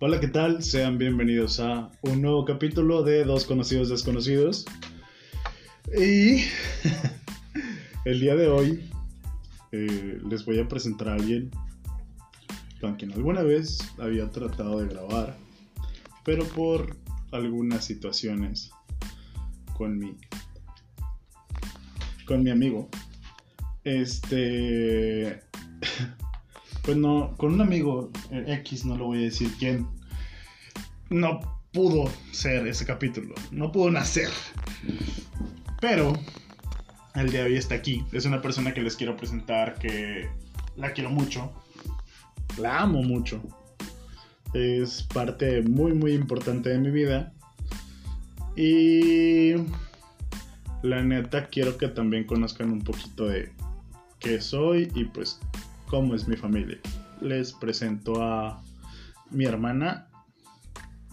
Hola, ¿qué tal? Sean bienvenidos a un nuevo capítulo de Dos Conocidos Desconocidos. Y el día de hoy eh, les voy a presentar a alguien con quien alguna vez había tratado de grabar, pero por algunas situaciones con mi, con mi amigo. Este, pues no, con un amigo eh, X, no lo voy a decir quién, no pudo ser ese capítulo, no pudo nacer. Pero el día de hoy está aquí. Es una persona que les quiero presentar, que la quiero mucho, la amo mucho. Es parte muy, muy importante de mi vida. Y la neta quiero que también conozcan un poquito de qué soy y pues cómo es mi familia. Les presento a mi hermana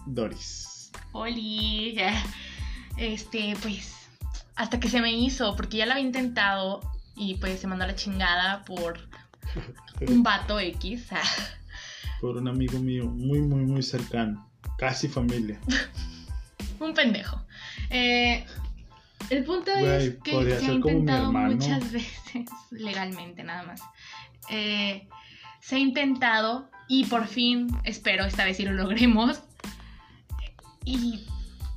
Doris. Oli, ya. Este, pues, hasta que se me hizo, porque ya la había intentado y pues se mandó a la chingada por un vato X. ah. Por un amigo mío muy, muy, muy cercano. Casi familia. un pendejo. Eh, el punto Güey, es que podría se ha ser como mi intentado hermano. muchas veces, legalmente nada más. Eh, se ha intentado y por fin, espero esta vez sí lo logremos. Y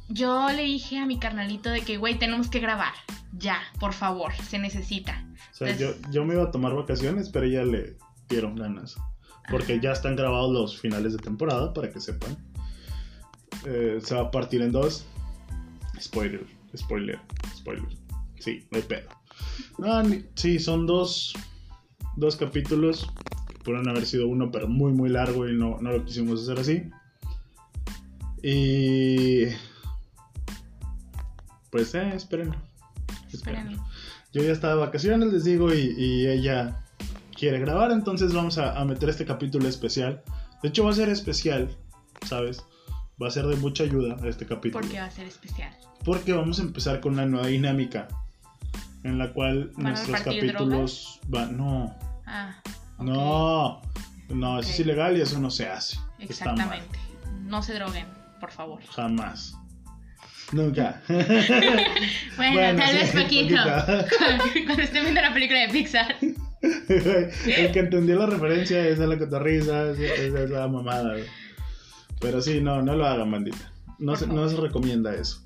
yo le dije a mi carnalito de que, güey, tenemos que grabar. Ya, por favor, se necesita. O sea, yo, yo me iba a tomar vacaciones, pero ya le dieron ganas. Porque ya están grabados los finales de temporada, para que sepan. Eh, se va a partir en dos. Spoiler, spoiler, spoiler. Sí, no hay pedo. No, ni- sí, son dos, dos capítulos. que Pudieron haber sido uno, pero muy, muy largo y no, no lo quisimos hacer así. Y... Pues, eh, espérenlo. Espérenlo. Yo ya estaba de vacaciones, les digo, y, y ella quiere grabar, entonces vamos a, a meter este capítulo especial. De hecho, va a ser especial, ¿sabes? Va a ser de mucha ayuda este capítulo. Porque va a ser especial. Porque vamos a empezar con una nueva dinámica en la cual ¿Van a nuestros repartir capítulos van. No, Ah, ok. no, no, eso es Ok. ilegal y eso no se hace. Está mal. Exactamente. No se droguen, por favor. Jamás. Nunca. Bueno, Bueno, tal sí, vez Paquito. poquito. Cuando estén viendo la película de Pixar. El que entendió la referencia es a la cotorriza, es, es- es la mamada. güey. Pero sí, no, no lo hagan, bandita. No, Por se, favor. no se recomienda eso.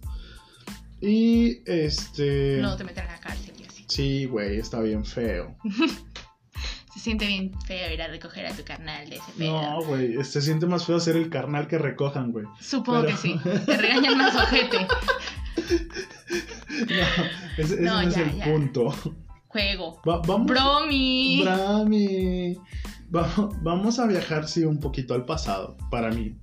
Y este. No te meten a la cárcel y así. Sí, güey, está bien feo. Se siente bien feo ir a recoger a tu carnal de ese pedo. No, güey, se siente más feo ser el carnal que recojan, güey. Supongo Pero- que sí. Te regañan más ojete. No, ese, ese no No, es ya, el ya. punto. Juego. Va- vamos, Bromi. Brami. Va- vamos a viajar, sí, un poquito al pasado, para mí.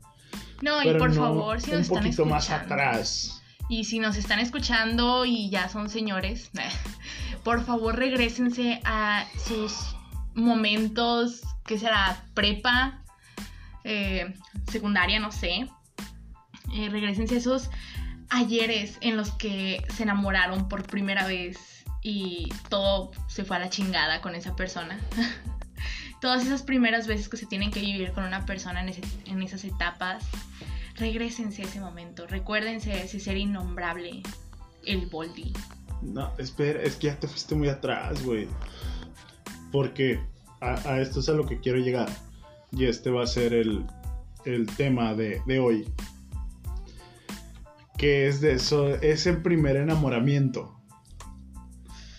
no, y Pero por no favor, si nos un están poquito escuchando. más atrás. Y si nos están escuchando y ya son señores, por favor regresense a sus momentos, que será prepa, eh, secundaria, no sé. Eh, regresense a esos ayeres en los que se enamoraron por primera vez y todo se fue a la chingada con esa persona. Todas esas primeras veces que se tienen que vivir con una persona en, ese- en esas etapas, regresense a ese momento, recuérdense de ese ser innombrable, el Boldi. No, espera, es que ya te fuiste muy atrás, güey. Porque a, a esto es a lo que quiero llegar. Y este va a ser el, el tema de, de hoy. Que es de eso, es el primer enamoramiento.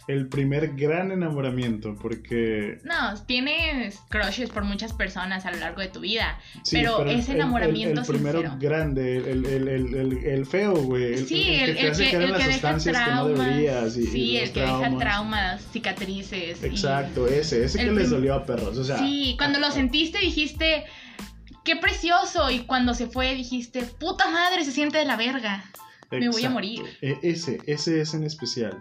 El primer gran enamoramiento, porque... No, tienes crushes por muchas personas a lo largo de tu vida. sí, Pero el- ese el- el- enamoramiento El, primero sincero. grande, el, el- el- el- el feo, güey. el- sí, el, que te hace caer en las sustancias que no deberías. y- y sí, los el que deja traumas, cicatrices. y- Exacto, ese, ese que El les prim- dolió a perros, o sea. ah, sí, cuando lo sentiste dijiste, qué precioso. Y cuando se fue dijiste, puta madre, se siente de la verga. me voy a exacto. morir. E- ese, ese es en especial.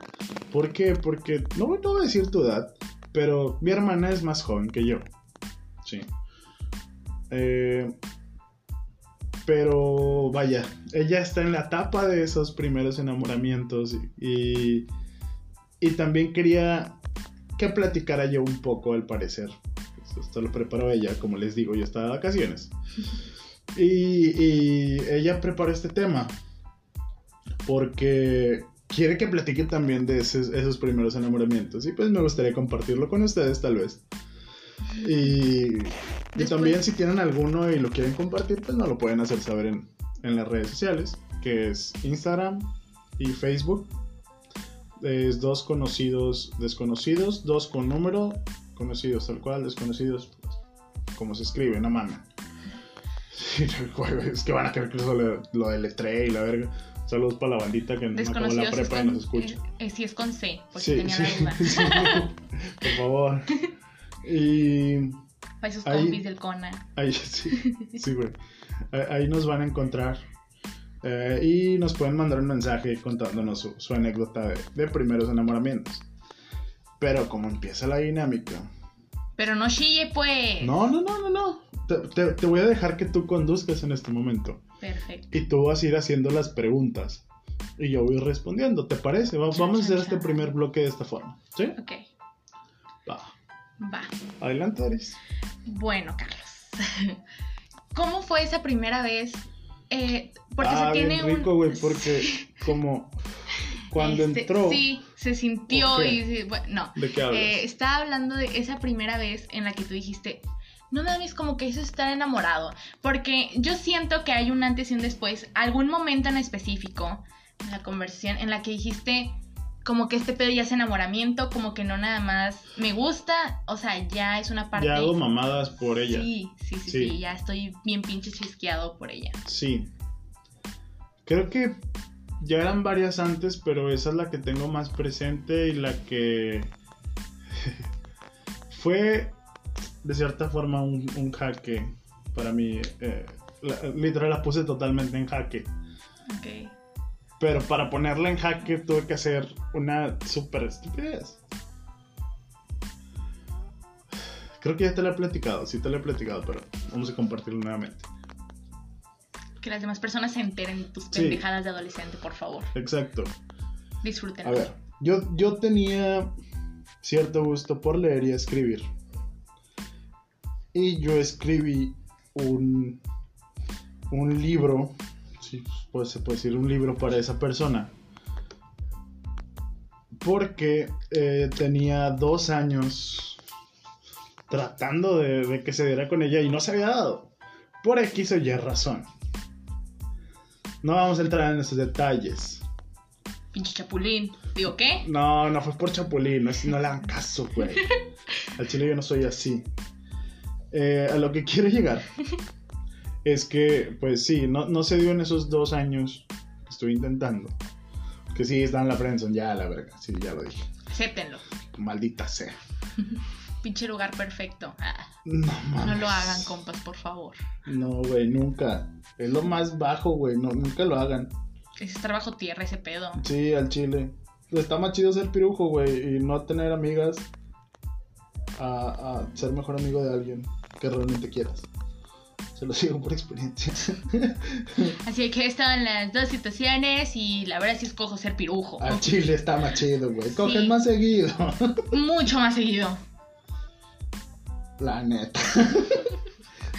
¿Por qué? Porque, no, no voy a decir tu edad, pero mi hermana es más joven que yo. Sí. Eh, pero vaya, ella está en la etapa de esos primeros enamoramientos y, y también quería que platicara yo un poco, al parecer. Esto lo preparó ella, como les digo, yo estaba de vacaciones. Y, y ella preparó este tema porque quiere que platique también de esos, esos primeros enamoramientos. Y pues me gustaría compartirlo con ustedes tal vez. Y, y Después- también si tienen alguno y lo quieren compartir, pues nos lo pueden hacer saber en, en las redes sociales, que es Instagram y Facebook. Es dos conocidos desconocidos, dos con número, conocidos tal cual, desconocidos, pues, como se escribe, no mames. Sí, tal cual, es que van a creer que eso lo, lo deletré y la verga. Saludos para la bandita que no acabó la Desconocidos es prepa y con, nos escucha. eh, eh, sí, es con C, por si Sí, tenían sí, la duda. sí, por favor. Y Para sus Ahí- compis del CONA. ahí sí, sí, güey. Ahí- Ahí nos van a encontrar. Eh, y nos pueden mandar un mensaje contándonos su, su anécdota de, de primeros enamoramientos. Pero como empieza la dinámica. Pero no chille, pues. No, no, no, no, no. Te- te- te voy a dejar que tú conduzcas en este momento. Perfecto. Y tú vas a ir haciendo las preguntas. Y yo voy respondiendo, ¿te parece? Va- Chan, vamos a chan, hacer este chan. primer bloque de esta forma. ¿Sí? Ok, Va. va. Adelante, Aris. Bueno, Carlos. ¿Cómo fue esa primera vez? Eh, porque ah, se tiene bien rico, un. güey, porque como cuando Este, entró... Sí, se sintió ¿O qué? y. se- Bueno, no. ¿De qué hablas? Eh, estaba hablando de esa primera vez en la que tú dijiste, no mames, como que eso es estar enamorado. Porque yo siento que hay un antes y un después, algún momento en específico, en la conversación, en la que dijiste, como que este pedo ya es enamoramiento, como que no nada más me gusta, o sea, ya es una parte. ya hago mamadas por ella. Sí. Sí, sí, sí, Sí. sí, ya estoy bien pinche chisqueado por ella. Creo que ya eran varias antes, pero esa es la que tengo más presente y la que... fue, de cierta forma, un, un jaque para mí. eh, la- literal, la puse totalmente en jaque. Ok. Pero para ponerla en jaque tuve que hacer una súper estupidez. Creo que ya te la he platicado, sí te la he platicado, pero vamos a compartirlo nuevamente. Que las demás personas se enteren de tus Sí. pendejadas de adolescente, por favor. Exacto. Disfruten. A ver, yo, yo tenía cierto gusto por leer y escribir. Y yo escribí un, un libro, si pues, se puede decir un libro para esa persona. Porque eh, tenía dos años tratando de, de que se diera con ella y no se había dado. Por X o Y razón. No vamos a entrar en esos detalles. Pinche chapulín. Digo, ¿qué? No, no fue por Chapulín, no, es- no le hagan caso, güey. Al chile yo no soy así. Eh, a lo que quiero llegar es que, pues sí, no, no se dio en esos dos años que estuve intentando. Que sí, está en la prensa, ya la verga, sí, ya lo dije. Acéptenlo. Maldita sea. Pinche lugar perfecto. Ah, No, no mames. lo hagan, compas, por favor. No, güey, nunca. Es lo más bajo, güey, no, nunca lo hagan. Es estar bajo tierra ese pedo. Sí, al chile. Está más chido ser pirujo, güey, y no tener amigas a, a ser mejor amigo de alguien que realmente quieras. Se lo digo por experiencia. Así que estaban las dos situaciones y la verdad sí escojo ser pirujo. al chile está más chido, güey. Sí. Cogen más seguido. Mucho más seguido. La neta.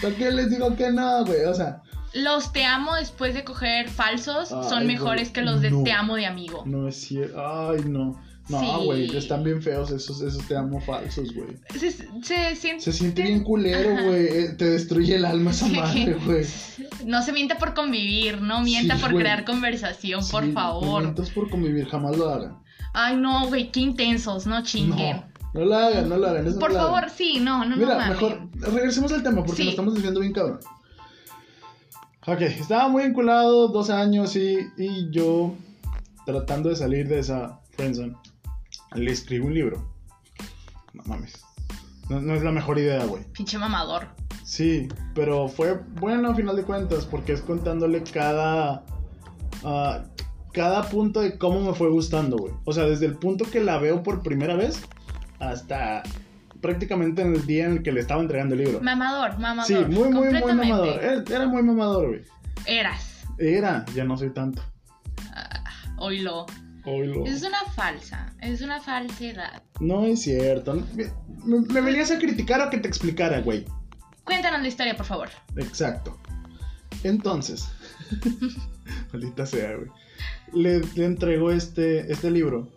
¿Por qué les digo que no, güey? O sea, Los te amo después de coger falsos Ay, son güey, mejores que los de no. te amo de amigo. no es cierto. Ay, no. No, Sí. güey, están bien feos esos, esos te amo falsos, güey. Se, se siente... Se siente bien culero, Ajá. güey. Eh, Te destruye el alma esa madre, güey. No se mienta por convivir, no mienta Sí, por güey. crear conversación, por Sí, favor. momentos por convivir, jamás lo hagan. Ay, no, güey, qué intensos, no chinguen. No, no lo hagan, no lo hagan. eso por no lo favor, hagan. sí, no, no, no Mira, mamen. mejor regresemos al tema porque Sí. nos estamos desviando bien cabrón. Ok, estaba muy vinculado, dos años y, y yo tratando de salir de esa friendzone, le escribí un libro. No mames. No, no es la mejor idea, güey. Pinche mamador. Sí, pero fue bueno a final de cuentas porque es contándole cada ah, cada punto de cómo me fue gustando, güey. O sea, desde el punto que la veo por primera vez hasta prácticamente en el día en el que le estaba entregando el libro. Mamador, mamador. sí, muy muy muy completamente. mamador. Era, era muy mamador, güey. Eras. Era, ya no soy tanto. Oilo. Hoy lo- Es una falsa. Es una falsedad. No es cierto. no- Me, me venías a criticar o que te explicara, güey. Cuéntanos la historia, por favor. Exacto. Entonces, maldita sea, güey. Le, le entregó este, este libro.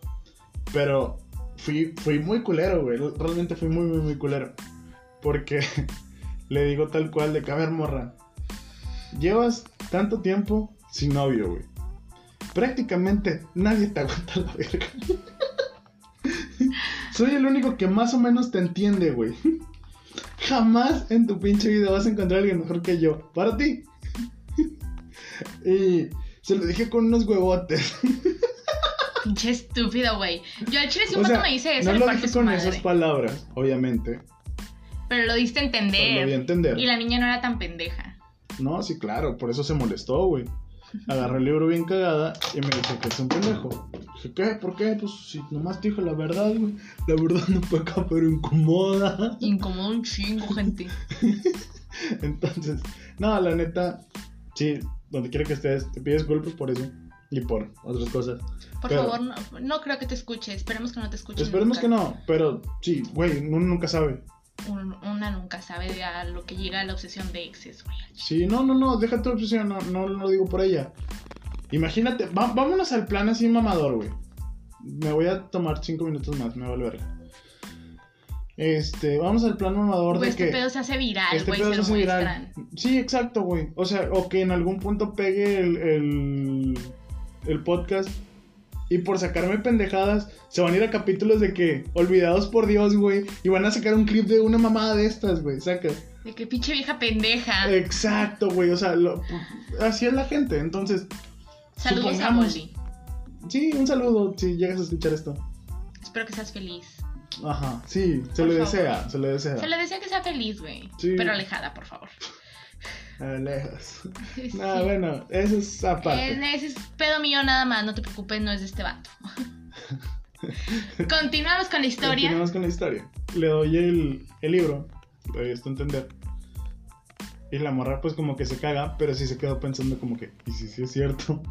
Pero fui, fui muy culero, güey. Realmente fui muy, muy, muy culero. Porque le digo tal cual de que, a ver, morra. Llevas tanto tiempo sin novio, güey. Prácticamente nadie te aguanta la verga. Soy el único que más o menos te entiende, güey. Jamás en tu pinche vida vas a encontrar a alguien mejor que yo. Para ti. Y se lo dije con unos huevotes. Pinche estúpido, güey. Yo al chile sí un O sea, vato me dice eso, no le lo parto dije su con madre. esas palabras, obviamente. Pero lo diste a Pero entender. lo di a entender. Y la niña no era tan pendeja. No, sí, claro, por eso se molestó, güey. Agarró el libro bien cagada y me dijo que es un pendejo. Dije, ¿qué? ¿Por qué? Pues si nomás te dije la verdad, güey. La verdad no peca, pero incomoda. Incomoda un chingo, gente. Entonces, no, la neta, sí, donde quiera que estés, te pides culpas por eso y por otras cosas. Por Pero- favor, no, no creo que te escuche. Esperemos que no te escuche. Pues Esperemos que nunca. no, pero sí, güey, uno nunca sabe. Un- una nunca sabe de a lo que llega la obsesión de exes, güey. Sí, no, no, no, deja tu obsesión, no, no lo digo por ella. Imagínate, va- vámonos al plan así mamador, güey. Me voy a tomar cinco minutos más, me vale verga. Este, vamos al plan mamador Güey, de Este que... pedo se hace viral, este güey. pedo se lo es muy viral. muestran. Sí, exacto, güey. O sea, o que en algún punto pegue el, el, el podcast. Y por sacarme pendejadas, se van a ir a capítulos de que olvidados por Dios, güey. Y van a sacar un clip de una mamada de estas, güey. Saca. De que pinche vieja pendeja. Eh, Exacto, güey. O sea, lo- así es la gente. Entonces, Saludos a supongamos. Molly. sí, un saludo si llegas a escuchar esto. Espero que seas feliz. Ajá, sí, se Por le favor. desea, se le desea. Se le desea que sea feliz, güey. Sí. Pero alejada, por favor. Alejas. Sí. No, Ah, bueno, eso es aparte. Es- Ese es pedo mío nada más, no te preocupes, no es de este vato. Continuamos con la historia. Continuamos con la historia. Le doy el, el libro, le doy esto a entender. Y la morra pues como que se caga, pero sí se quedó pensando como que, ¿y si sí es cierto?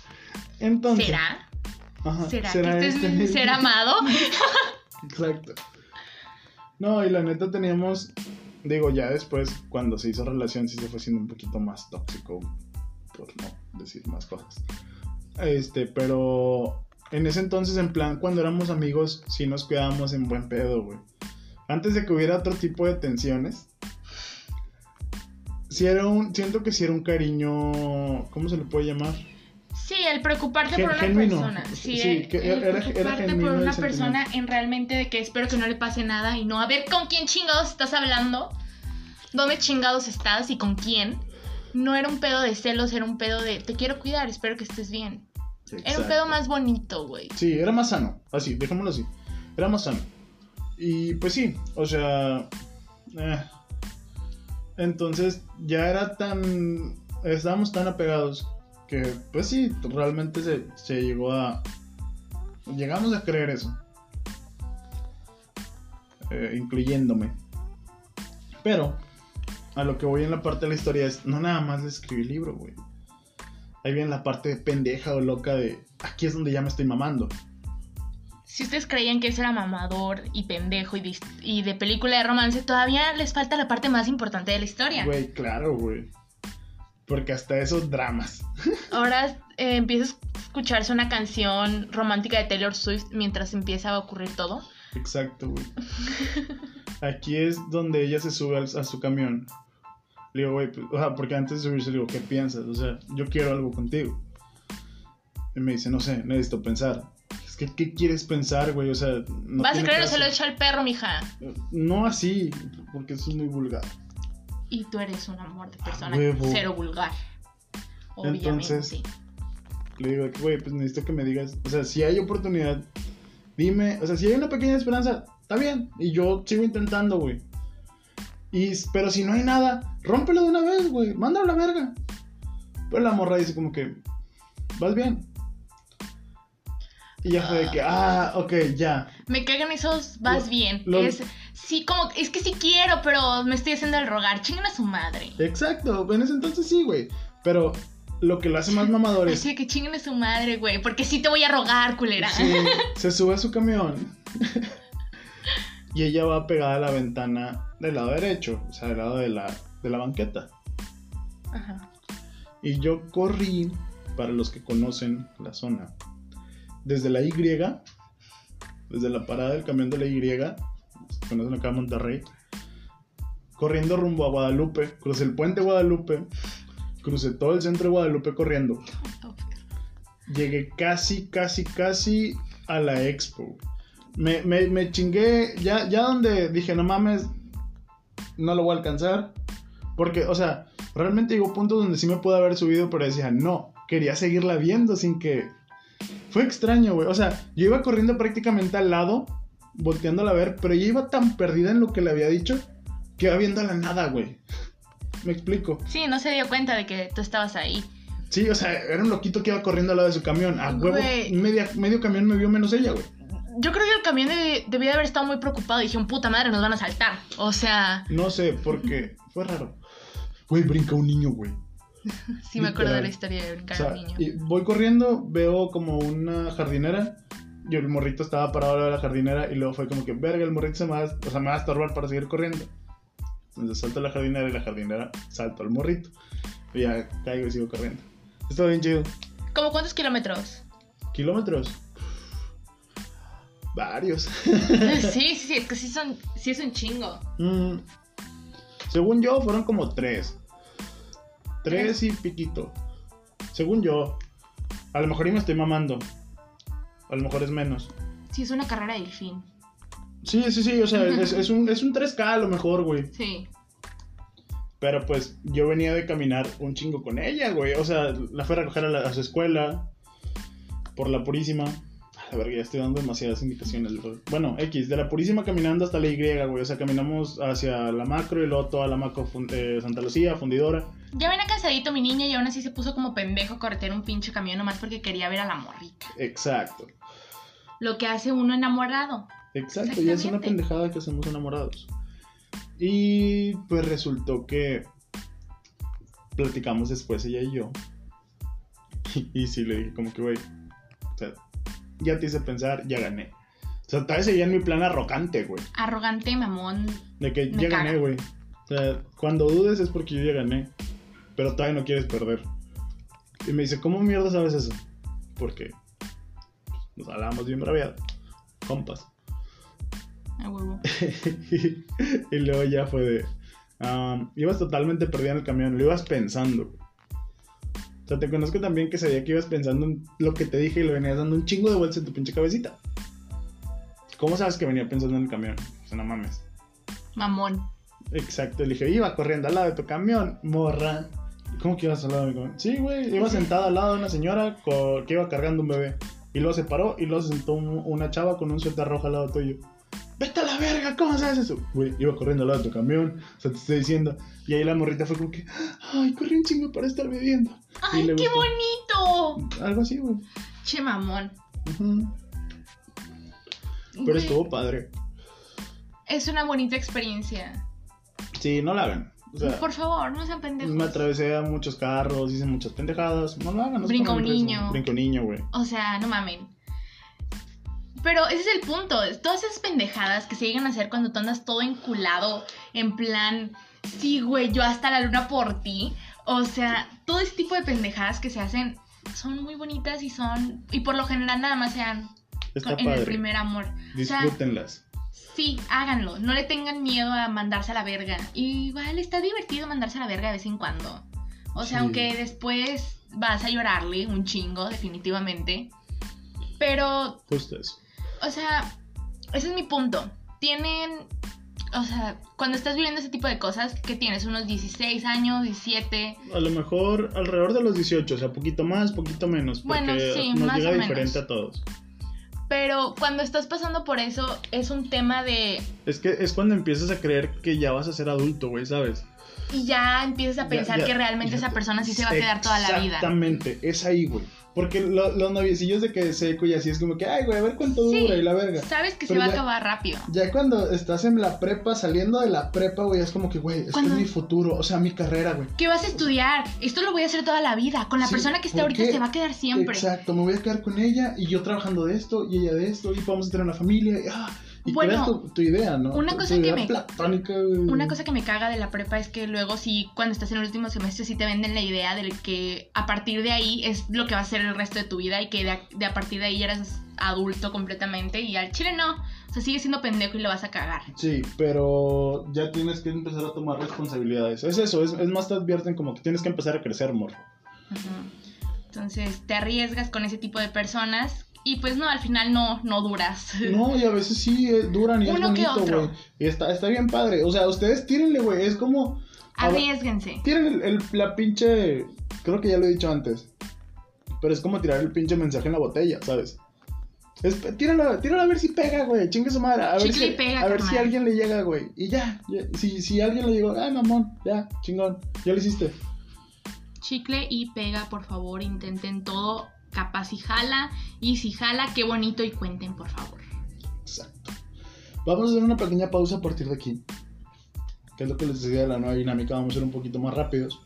Entonces, ¿Será? ajá, ¿Será, que este es mi este? ser amado? Exacto. No, y la neta teníamos, digo, ya después, cuando se hizo relación, sí se fue siendo un poquito más tóxico, por no decir más cosas. Este, pero en ese entonces, en plan, cuando éramos amigos, sí nos quedábamos en buen pedo, güey. Antes de que hubiera otro tipo de tensiones, sí era un, siento que sí era un cariño, ¿cómo se le puede llamar? Sí, el preocuparte Gen- por una genuino. persona. Sí, Sí, el, que el era- era preocuparte genuino por el una sentimiento. persona en realmente de que espero que no le pase nada y no a ver con quién chingados estás hablando, dónde chingados estás y con quién. No era un pedo de celos, era un pedo de te quiero cuidar, espero que estés bien. Era un pedo Exacto. más bonito, güey. Sí, era más sano. Así, dejémoslo así. Era más sano. Y pues sí, o sea. eh. Entonces ya era tan. Estábamos tan apegados que, pues sí, realmente se, se llegó a. Llegamos a creer eso. Eh, incluyéndome. Pero, a lo que voy en la parte de la historia es: no nada más le escribí el libro, güey. Ahí viene la parte de pendeja o loca de aquí es donde ya me estoy mamando. Si ustedes creían que eso era mamador y pendejo y de, his- y de película de romance, todavía les falta la parte más importante de la historia. Güey, claro, güey. Porque hasta esos dramas. Ahora eh, empieza a escucharse una canción romántica de Taylor Swift mientras empieza a ocurrir todo. Exacto, güey. Aquí es donde ella se sube al- a su camión. Le digo, güey, pues, o sea, porque antes de subirse le digo, ¿qué piensas? O sea, yo quiero algo contigo. Y me dice, no sé, necesito pensar. Es que, ¿qué quieres pensar, güey? O sea, no Vas a tiene creer que caso. se lo echa al perro, mija. No así, porque eso es muy vulgar. Y tú eres un amor de persona Ah, huevo. cero vulgar. Obviamente. Entonces- Le digo, que, güey, pues necesito que me digas, o sea, si hay oportunidad, dime, o sea, si hay una pequeña esperanza, está bien, y yo sigo intentando, güey. Y, s- pero si no hay nada, rómpelo de una vez, güey, mándalo a la verga. Pero la morra dice como que, vas bien. Y ya fue de que, ah, ok, ya. Me cagan esos vas Lo- bien. lo- Es, sí, como, es que sí quiero, pero me estoy haciendo el rogar. Chingan a su madre. Exacto, en ese entonces sí, güey. Pero lo que lo hace más mamador es, Así que chinguen a su madre, güey. Porque sí te voy a rogar, culera. Sí, se sube a su camión y ella va pegada a la ventana del lado derecho, o sea, del lado de la, de la banqueta. Ajá. Y yo corrí, para los que conocen la zona, desde la Y, desde la parada del camión de la Y, los que conocen acá Monterrey, corriendo rumbo a Guadalupe, crucé el puente Guadalupe, crucé todo el centro de Guadalupe corriendo. Llegué casi, casi, casi a la expo. Me, me, me chingué, ya, ya donde dije, no mames, no lo voy a alcanzar. Porque, o sea, realmente llegó puntos donde sí me pude haber subido, pero decía, no, quería seguirla viendo sin que... Fue extraño, güey. O sea, yo iba corriendo prácticamente al lado, volteándola a ver, pero ella iba tan perdida en lo que le había dicho que iba viendo a la nada, güey. Me explico. Sí, no se dio cuenta de que tú estabas ahí. Sí, o sea, era un loquito que iba corriendo al lado de su camión. A huevo, Güey. media- medio camión me vio menos ella, güey. Yo creo que el camión debi- debía de haber estado muy preocupado. Dijeron, puta madre, nos van a saltar. O sea, No sé, porque fue raro. Güey, brinca un niño, güey. sí me acuerdo de la Literal. historia de O brincar sea, al niño. y voy corriendo, veo como una jardinera y el morrito estaba parado al lado de la jardinera y luego fue como que, verga, el morrito se me va, a- o sea, me va a estorbar para seguir corriendo. Entonces salto a la jardinera y la jardinera salto al morrito. Y ya caigo y sigo corriendo. Está bien chido. ¿Cómo cuántos kilómetros? ¿Kilómetros? Varios. sí, sí, sí, es que sí, son, sí es un chingo. Mm, Según yo, fueron como tres. Tres Tres. y piquito. Según yo. A lo mejor y me estoy mamando. A lo mejor es menos. Sí, es una carrera de delfín. Sí, sí, sí, o sea, es, es un, es un 3K a lo mejor, güey. Sí. Pero pues yo venía de caminar un chingo con ella, güey. O sea, la fui a recoger a, la- a su escuela por la Purísima. A la verga, ya estoy dando demasiadas indicaciones, güey. Bueno, X, de la Purísima caminando hasta la Y, güey. O sea, caminamos hacia la macro y luego toda la macro fun- eh, Santa Lucía, fundidora. Ya ven a casadito mi niña y aún así se puso como pendejo a corretear un pinche camión nomás porque quería ver a la morrita. Exacto. Lo que hace uno enamorado. Exacto, Pues y es una Exactamente. pendejada que hacemos enamorados. Y pues resultó que platicamos después ella y yo. Y, sí le dije como que, güey, o sea, ya te hice pensar, ya gané. O sea, tal vez ella en mi plan arrogante, güey. Arrogante, mamón. De que Me ya caga. gané, güey. O sea, cuando dudes es porque yo ya gané. Pero todavía no quieres perder. Y me dice, ¿cómo mierda sabes eso? Porque pues, nos hablábamos bien braviado. Compas. A huevo. y luego ya fue de. am, ibas totalmente perdida en el camión, lo ibas pensando. güey. O sea, te conozco también que sabía que ibas pensando en lo que te dije y lo venías dando un chingo de vueltas en tu pinche cabecita. ¿Cómo sabes que venía pensando en el camión? O sea, no mames. Mamón. Exacto, le dije, iba corriendo al lado de tu camión, morra. ¿Cómo que ibas al lado de mi camión? Sí, güey, iba sentada al lado de una señora co- que iba cargando un bebé. Y luego se paró y luego se sentó un- una chava con un suéter rojo al lado tuyo. Vete a la verga, ¿cómo sabes eso? Güey, iba corriendo al lado de tu camión, o sea, te estoy diciendo. Y ahí la morrita fue como que, ay, corrí un chingo para estar bebiendo. ¡Ay, le qué gustó. bonito! Algo así, güey. Che, mamón. Ujú. Pero Güey, estuvo padre. Es una bonita experiencia. Sí, no la hagan. O sea, Por favor, no sean pendejos. me atravesé a muchos carros, hice muchas pendejadas. No la hagan. No se Brinca pongan un preso. niño. Brinca un niño, güey. O sea, no mamen. Pero ese es el punto. Todas esas pendejadas que se llegan a hacer cuando tú andas todo enculado, en plan, sí, güey, yo hasta la luna por ti. O sea, todo ese tipo de pendejadas que se hacen son muy bonitas y son. Y por lo general nada más sean Está con- en el padre. primer amor. O sea, Disfrútenlas. sí, háganlo. No le tengan miedo a mandarse a la verga. Igual está divertido mandarse a la verga de vez en cuando. O sea, Sí. aunque después vas a llorarle un chingo, definitivamente. Pero Justo eso. o sea, ese es mi punto. Tienen, o sea, cuando estás viviendo ese tipo de cosas, que tienes unos 16 años, 17, A lo mejor alrededor de los 18, o sea, poquito más, poquito menos. Porque Bueno, sí, nos más llega o menos. diferente a todos. pero cuando estás pasando por eso es un tema de... Es que es cuando empiezas a creer que ya vas a ser adulto, güey, ¿sabes? Y ya empiezas a Ya- pensar ya- que realmente ya esa te- persona sí se va a quedar toda la vida. Exactamente, es ahí, güey. Porque lo- los noviecillos de que seco y así es como que, ay, güey, a ver cuánto Sí. dura y la verga. Sabes que Pero se va ya- a acabar rápido. Ya cuando estás en la prepa, saliendo de la prepa, güey, es como que, güey, esto Cuando- es mi futuro, o sea, mi carrera, güey. ¿Qué vas a estudiar? Esto lo voy a hacer toda la vida. Con la Sí, persona que está ¿por ahorita qué? se va a quedar siempre. Exacto, me voy a quedar con ella y yo trabajando de esto y ella de esto y vamos a tener una familia. Y, ah, Y Bueno, creas tu, tu idea, ¿no? una Tu- cosa tu que idea me- platónica, güey. Una cosa que me caga de la prepa es que luego sí, cuando estás en el último semestre, sí te venden la idea de que a partir de ahí es lo que va a ser el resto de tu vida y que de a, de a partir de ahí eres adulto completamente y al chile no. O sea, sigue siendo pendejo y lo vas a cagar. Sí, pero ya tienes que empezar a tomar responsabilidades. Es eso, es, es más te advierten como que tienes que empezar a crecer, morro. Ujú. Entonces te arriesgas con ese tipo de personas y pues no, al final no, no duras. No, y a veces sí eh, duran y es Uno que bonito, otro. güey. Y está, está bien padre. O sea, ustedes tírenle, güey. Es como. ahora- Arriesguense. Tienen el- el- la pinche. Creo que ya lo he dicho antes. Pero es como tirar el pinche mensaje en la botella, ¿sabes? Es, tíralo, tíralo a ver si pega, güey. Chingue su madre. A ver, Chicle si, y pega, a ver carnal. si alguien le llega, güey. Y ya. ya, si, si alguien le llegó, ah, mamón, ya, chingón. Ya lo hiciste. Chicle y pega, por favor, intenten todo. Capaz y jala. Y si jala, qué bonito y cuenten, por favor. Exacto. Vamos a hacer una pequeña pausa a partir de aquí. Que es lo que les decía de la nueva dinámica. Vamos a ser un poquito más rápidos.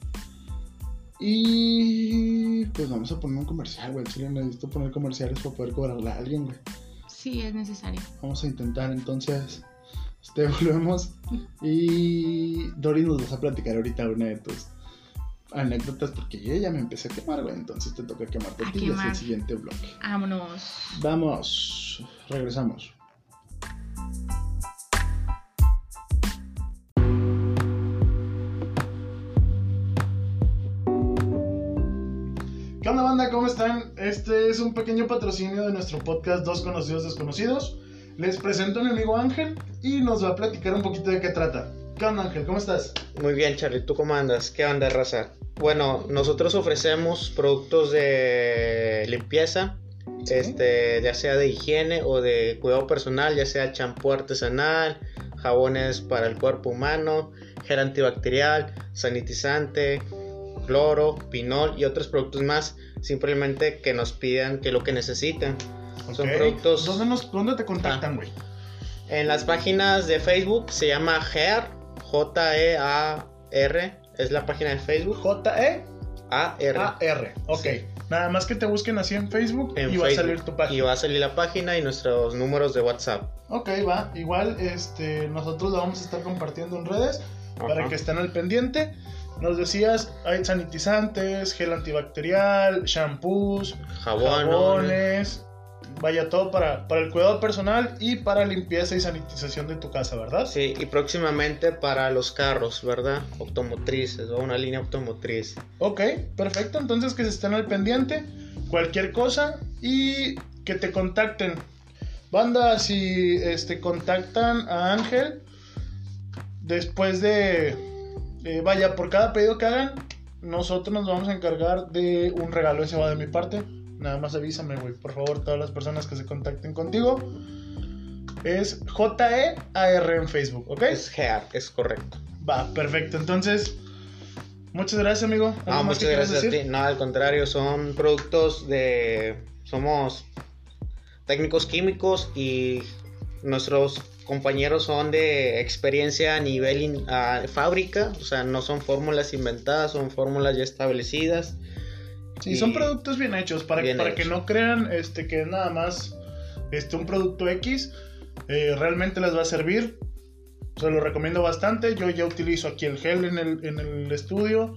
Y. Pues vamos a poner un comercial, güey. Al Chile necesito poner comerciales para poder cobrarle a alguien, güey. Sí, es necesario. Vamos a intentar entonces. Este, volvemos. Y Doris nos vas a platicar ahorita una de tus anécdotas porque yo ya me empecé a quemar, güey. Entonces te toca quemarte A a ti y es el quemar. siguiente bloque. Vámonos. Vamos, regresamos. ¿Qué onda banda? ¿Cómo están? Este es un pequeño patrocinio de nuestro podcast Dos Conocidos Desconocidos. Les presento a mi amigo Ángel y nos va a platicar un poquito de qué trata. ¿Qué onda Ángel? ¿Cómo estás? Muy bien, Charlie, ¿tú cómo andas? ¿Qué onda, raza? Bueno, nosotros ofrecemos productos de limpieza, este, ya sea de higiene o de cuidado personal, ya sea champú artesanal, jabones para el cuerpo humano, gel antibacterial, sanitizante, cloro, pinol y otros productos más, simplemente que nos pidan que lo que necesitan. Son Ok. productos- ¿Dónde, nos- dónde te contactan, güey? En las páginas de Facebook se llama E GEAR, J-E-A-R, E es la página de Facebook. J-E E AR. A Ah, R, ok. Sí. Nada más que te busquen así en Facebook en y va a Facebook. salir tu página. Y va a salir la página y nuestros números de WhatsApp. Ok, va. Igual este, nosotros lo vamos a estar compartiendo en redes para Ajá. que estén al pendiente. Nos decías, hay sanitizantes, gel antibacterial, shampoos, Jabón, jabones. Vaya todo para, para el cuidado personal y para limpieza y sanitización de tu casa, ¿verdad? Sí, y próximamente para los carros, ¿verdad? Automotrices, o una línea automotriz. Ok, perfecto. Entonces que se estén al pendiente. Cualquier cosa. Y que te contacten. Banda, si este, contactan a Ángel. Después de. eh, vaya, por cada pedido que hagan. Nosotros nos vamos a encargar de un regalo. Ese va de mi parte. Nada más avísame, güey. Por favor, todas las personas que se contacten contigo. Es J-E-A-R en Facebook, ¿ok? Es GEAR, es correcto. Va, perfecto. Entonces, muchas gracias, amigo. ¿Algo No, más que Ah, muchas quieras gracias a decir? ti. No, al contrario, son productos de. Somos técnicos químicos y nuestros compañeros son de experiencia a nivel in- a fábrica, o sea, no son fórmulas inventadas, son fórmulas ya establecidas. Sí, son Y- productos bien hechos para, Bien para que hechos. no crean este que es nada más este un producto X eh, realmente les va a servir. Se lo recomiendo bastante. Yo ya utilizo aquí el gel en el, en el estudio.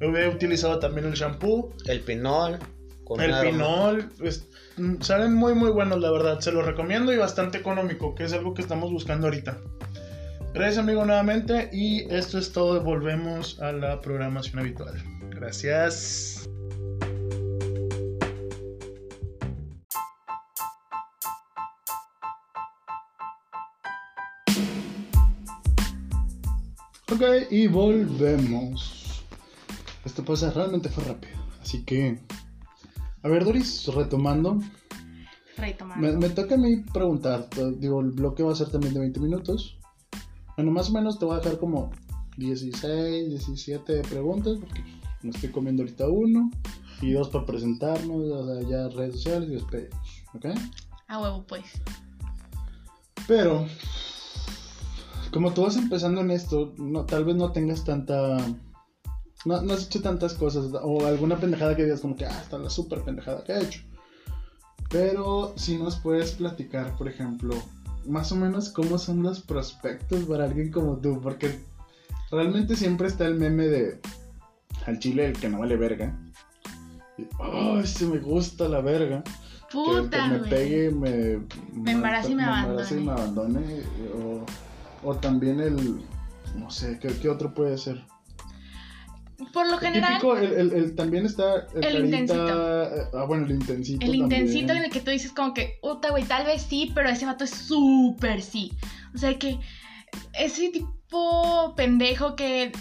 Yo he utilizado también el shampoo, El pinol. Con el aroma. pinol. pues, mm, salen muy muy buenos, la verdad. Se los recomiendo y bastante económico, que es algo que estamos buscando ahorita. Gracias amigo nuevamente y esto es todo. Volvemos a la programación habitual. Gracias. Ok, y volvemos. Esta pausa realmente fue rápido, así que... A ver, Doris, retomando, me, Retomando. me toca a mí preguntar, t- digo, el bloque va a ser también de 20 minutos. Bueno, más o menos te voy a dejar como 16, 17 preguntas, porque me estoy comiendo ahorita uno, y dos para presentarnos, o sea, ya redes sociales y despedidos, ¿ok? A huevo, pues. Pero, como tú vas empezando en esto, no, tal vez no tengas tanta. No, no has hecho tantas cosas, o alguna pendejada que digas como que, ah, está la super pendejada que he hecho. Pero si nos puedes platicar, por ejemplo, más o menos cómo son los prospectos para alguien como tú, porque realmente siempre está el meme de al chile el que no vale verga. Y, Ay, si me gusta la verga. Que el Puta, que me güey. pegue, me, Me embarace y me embarace y me abandone, O, o también el. No sé, ¿qué, qué otro puede ser? Por lo general, Típico, el, el- el- también está. El, El carita- intensito. eh, Ah, bueno, el intensito. el intensito en también. ¿eh? el que tú dices como que, puta, güey, tal vez sí, pero ese vato es súper sí. O sea que ese tipo pendejo que,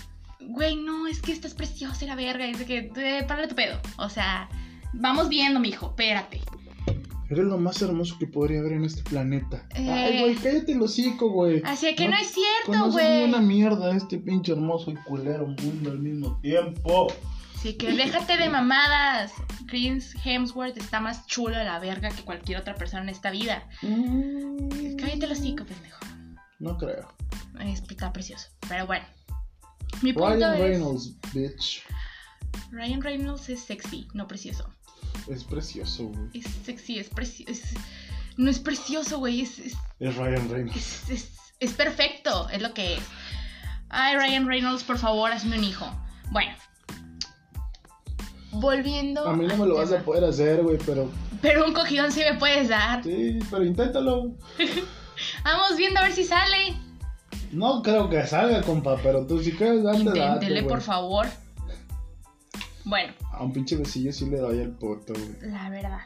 güey, no, es que estás preciosa, la verga, es de que, eh, párale tu pedo. O sea, vamos viendo, mijo, espérate. Eres lo más hermoso que podría haber en este planeta. Eh. Ay, güey, cállate el hocico, güey. Así que no, No es cierto, Conoces ni güey. una mierda este Pinche hermoso y culero mundo al mismo tiempo. Así que déjate de mamadas. Chris Hemsworth está más chulo a la verga que cualquier otra persona en esta vida. Mm, Cállate los cinco, pendejo. No creo. Es- Está precioso. Pero bueno. Mi punto Ryan es. Reynolds, bitch. Ryan Reynolds es sexy, no precioso. Es precioso, güey. Es sexy, es precioso. No es precioso, güey. Es, es, Es Ryan Reynolds. es, es- es perfecto. Es lo que es. Ay, Ryan Reynolds, por favor, hazme un hijo. Bueno. Volviendo. A mí no al me lo vas tema. a poder hacer, güey, pero. Pero un cogidón sí me puedes dar. Sí, pero inténtalo. Vamos viendo a ver si sale. No creo que salga, compa, pero tú si quieres darte Inténtele, por favor. Bueno, A un pinche besillo sí le doy al poto, güey. la verdad.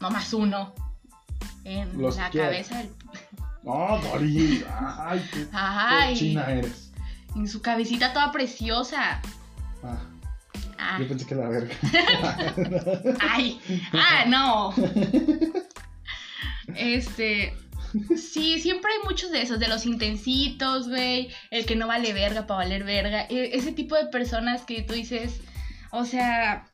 Nomás uno. En Los Pues, la quiero. cabeza del. No, Dori. Ay, qué ¡Ay! china eres. En su cabecita toda preciosa. Ah, Ah, yo pensé que la verga. ¡Ay! ¡Ah, no! Este. Sí, siempre hay muchos de esos, de los intensitos, güey. El que no vale verga para valer verga. e- Ese tipo de personas que tú dices, o sea.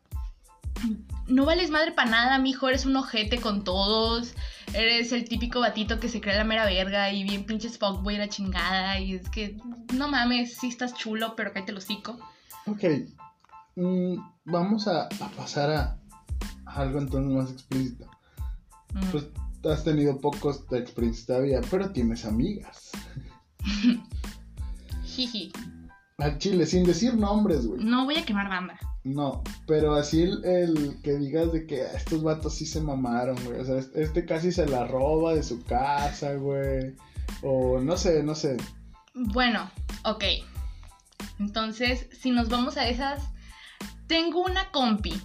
No vales madre para nada, mijo. Eres un ojete con todos. Eres el típico batito que se cree la mera verga y bien pinches fuckboy la chingada. Y es que, no mames, sí estás chulo, pero cállate el hocico. Ok. Mm, vamos a, a pasar a, a algo entonces más explícito. Mm. Pues has tenido pocos de experiencia todavía, pero tienes amigas. Jiji. Al chile, sin decir nombres, güey. No voy a quemar banda. No, pero así el, el que digas de que "Ah, estos vatos sí se mamaron, güey. O sea, es- este casi se la roba de su casa, güey. O no sé, no sé. Bueno, ok. Entonces, si nos vamos a esas, tengo una compi.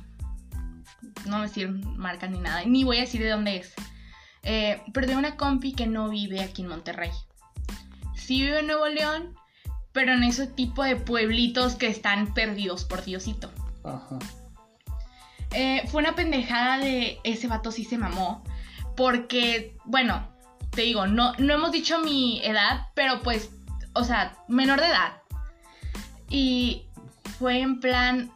No voy a decir marca ni nada, ni voy a decir de dónde es. Eh, pero tengo una compi que no vive aquí en Monterrey. Sí vive en Nuevo León, pero en ese tipo de pueblitos que están perdidos por Diosito. Ajá. Eh, fue una pendejada de ese vato sí se mamó. Porque, bueno, te digo, no, no hemos dicho mi edad, pero pues, o sea, menor de edad. Y fue en plan,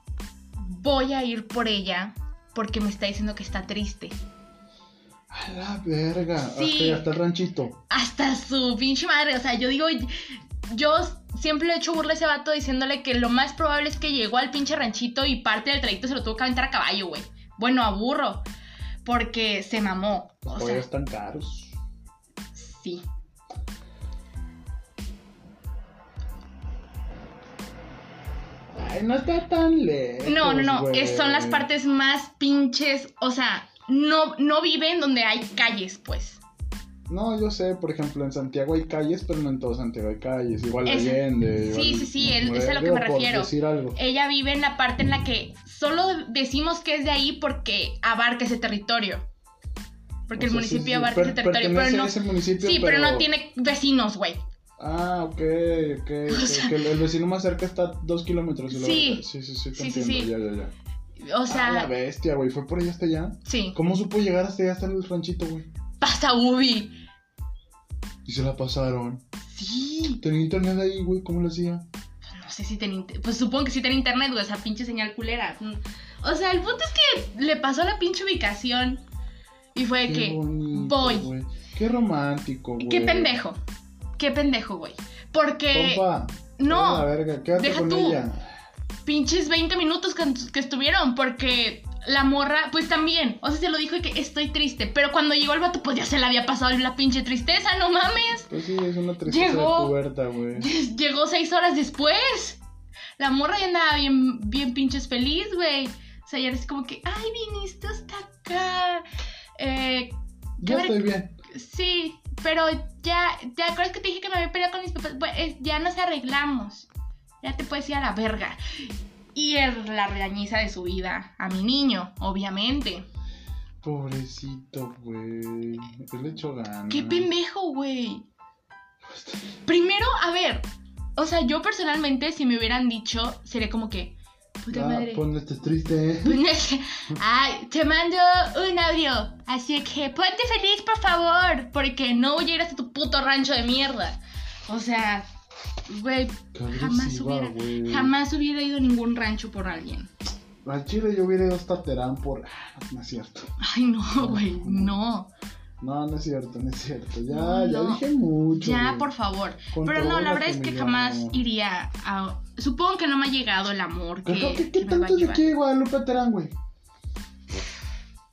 voy a ir por ella porque me está diciendo que está triste. A la verga. Sí. Hasta, hasta el ranchito. Hasta su pinche madre, o sea, yo digo, yo siempre le he hecho burla a ese vato diciéndole que lo más probable es que llegó al pinche ranchito y parte del trayecto se lo tuvo que aventar a caballo, güey. Bueno, a burro. Porque se mamó. Los O sea, pollos están caros. Sí. Ay, no está tan lejos. No, no, no. pues, güey. es- son las partes más pinches. O sea, no, no viven donde hay calles, pues. No, yo sé, por ejemplo, en Santiago hay calles, pero no en todo Santiago hay calles. Igual Es- Allende. sí, igual- sí, sí, el- es a lo que Digo, me por refiero. decir algo. Ella vive en la parte en la que solo decimos que es de ahí porque abarca ese territorio. O Porque el sea, sí, municipio sí, abarca per- ese territorio, pero pertenece a no. ese municipio, Sí, pero no tiene vecinos, güey. Ah, ok, ok. ok, que el, el vecino más cerca está a dos kilómetros. de la Sí. verga. sí, sí, sí, te Sí, sí, entiendo, Ya, ya, O ya. Ah, la sea, bestia, güey. Fue por allá hasta allá. sí. ¿Cómo supo llegar hasta allá, hasta el ranchito, güey? Pasa Ubi. Y se la pasaron. Sí. Tenía internet ahí, güey. ¿Cómo lo hacía? No sé si tiene inter- Pues supongo que sí tiene internet, güey. O sea, pinche señal culera. Mm. O sea, el punto es que le pasó la pinche ubicación. Y fue de que. bonito, voy. güey. Qué romántico, güey. Qué pendejo. Qué pendejo, güey. Porque Compa. no, vete a La verga. Quédate deja con tú. ella. pinches 20 minutos que, que estuvieron. Porque la morra, pues también, o sea, se lo dijo de que estoy triste, pero cuando llegó el vato, pues ya se le había pasado la pinche tristeza, no mames. Pues sí, es una tristeza Llegó. de puberta, güey. Llegó seis horas después. La morra ya andaba bien, bien pinches feliz, güey. O sea, ya era así como que, ay, viniste hasta acá. Eh, Yo Ahora- estoy bien. sí, pero ya, ¿te acuerdas que te dije que me había peleado con mis papás? Bueno, es- ya nos arreglamos. Ya te puedes ir a la verga. Y el- la regañiza de su vida a mi niño, obviamente. Pobrecito, güey. Él le echó ganas. Qué pendejo, güey. Primero, a ver, o sea, yo personalmente, si me hubieran dicho, sería como que, puta Ah, madre. ponle este triste, eh. Ay, te mando un audio. Así que ponte feliz, por favor. Porque no voy a ir hasta tu puto rancho de mierda. O sea, güey, Qué Jamás agresiva, hubiera- güey. jamás hubiera ido a ningún rancho por alguien. Al chile yo hubiera ido hasta Terán por. Ah, No es cierto. Ay, no, güey, no. No, no es cierto, no es cierto. Ya, ya No. dije mucho. Ya, güey. por favor. Pero no, Controla la tu verdad es que mirada. jamás iría a... Supongo que no me ha llegado el amor que, Creo que, ¿qué que me va a tanto es de llevar. aquí de Guadalupe Terán, güey?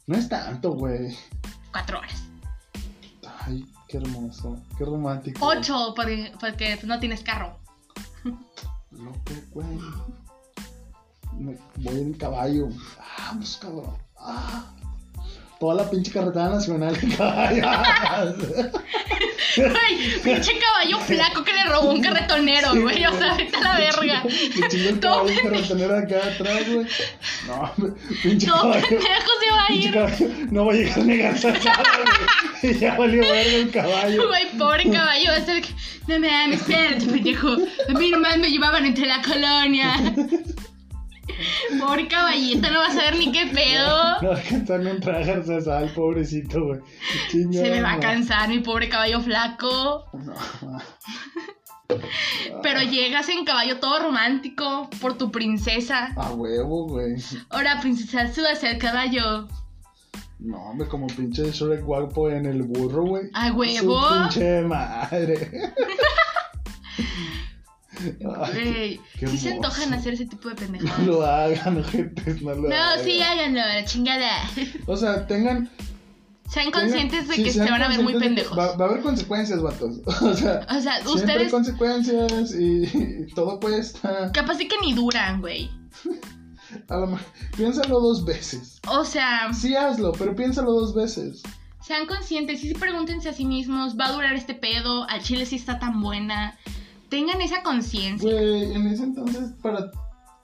No es tanto, güey. Cuatro horas. Ay, qué hermoso. Qué romántico. Ocho, porque, porque no tienes carro. Lo que, güey. Me voy en caballo. Vamos, cabrón. Ah. Toda la pinche carretera nacional en caballo. Güey, pinche caballo flaco que le robó un carretonero, Sí, güey. O sea, vete a la verga. Me chingo el Todo caballo carretonero acá atrás, güey. No, me- pinche Todo caballo. pendejo se va a Pinche ir. caballo. No voy a llegar ni a casa, güey. Y ya valió verga el caballo. Güey, pobre caballo, va a ser que. No me mames, espérate, pendejo. A mí nomás me llevaban entre la colonia. Pobre caballito, no vas a ver ni qué pedo. No va a alcanzar ni un traje al pobrecito, güey. Chinga Se me va a madre. cansar mi pobre caballo flaco. No, ma. Ah. Pero llegas en caballo todo romántico por tu princesa. A huevo, güey. Ahora, princesa, súbase al caballo. No, hombre, como pinche Shrek guapo en el burro, güey. ¡A Su huevo! pinche madre. Ay, Güey, qué sí se hermoso. antojan hacer ese tipo de pendejadas. no lo hagan, gente, no lo hagan. No, sí, háganlo, la chingada. O sea, tengan. Sean tengan- conscientes de sí, que sean se van a ver muy conscientes de pendejos. que Va, va a haber consecuencias, vatos. O sea, O sea, siempre hay ustedes consecuencias y, y todo cuesta. capaz de que ni duran, güey. A lo, mejor- piénsalo dos veces. O sea, Sí, hazlo, pero piénsalo dos veces. sean conscientes y sí pregúntense a sí mismos, ¿va a durar este pedo? ¿Al chile sí está tan buena? Tengan esa conciencia. Güey, en ese entonces, para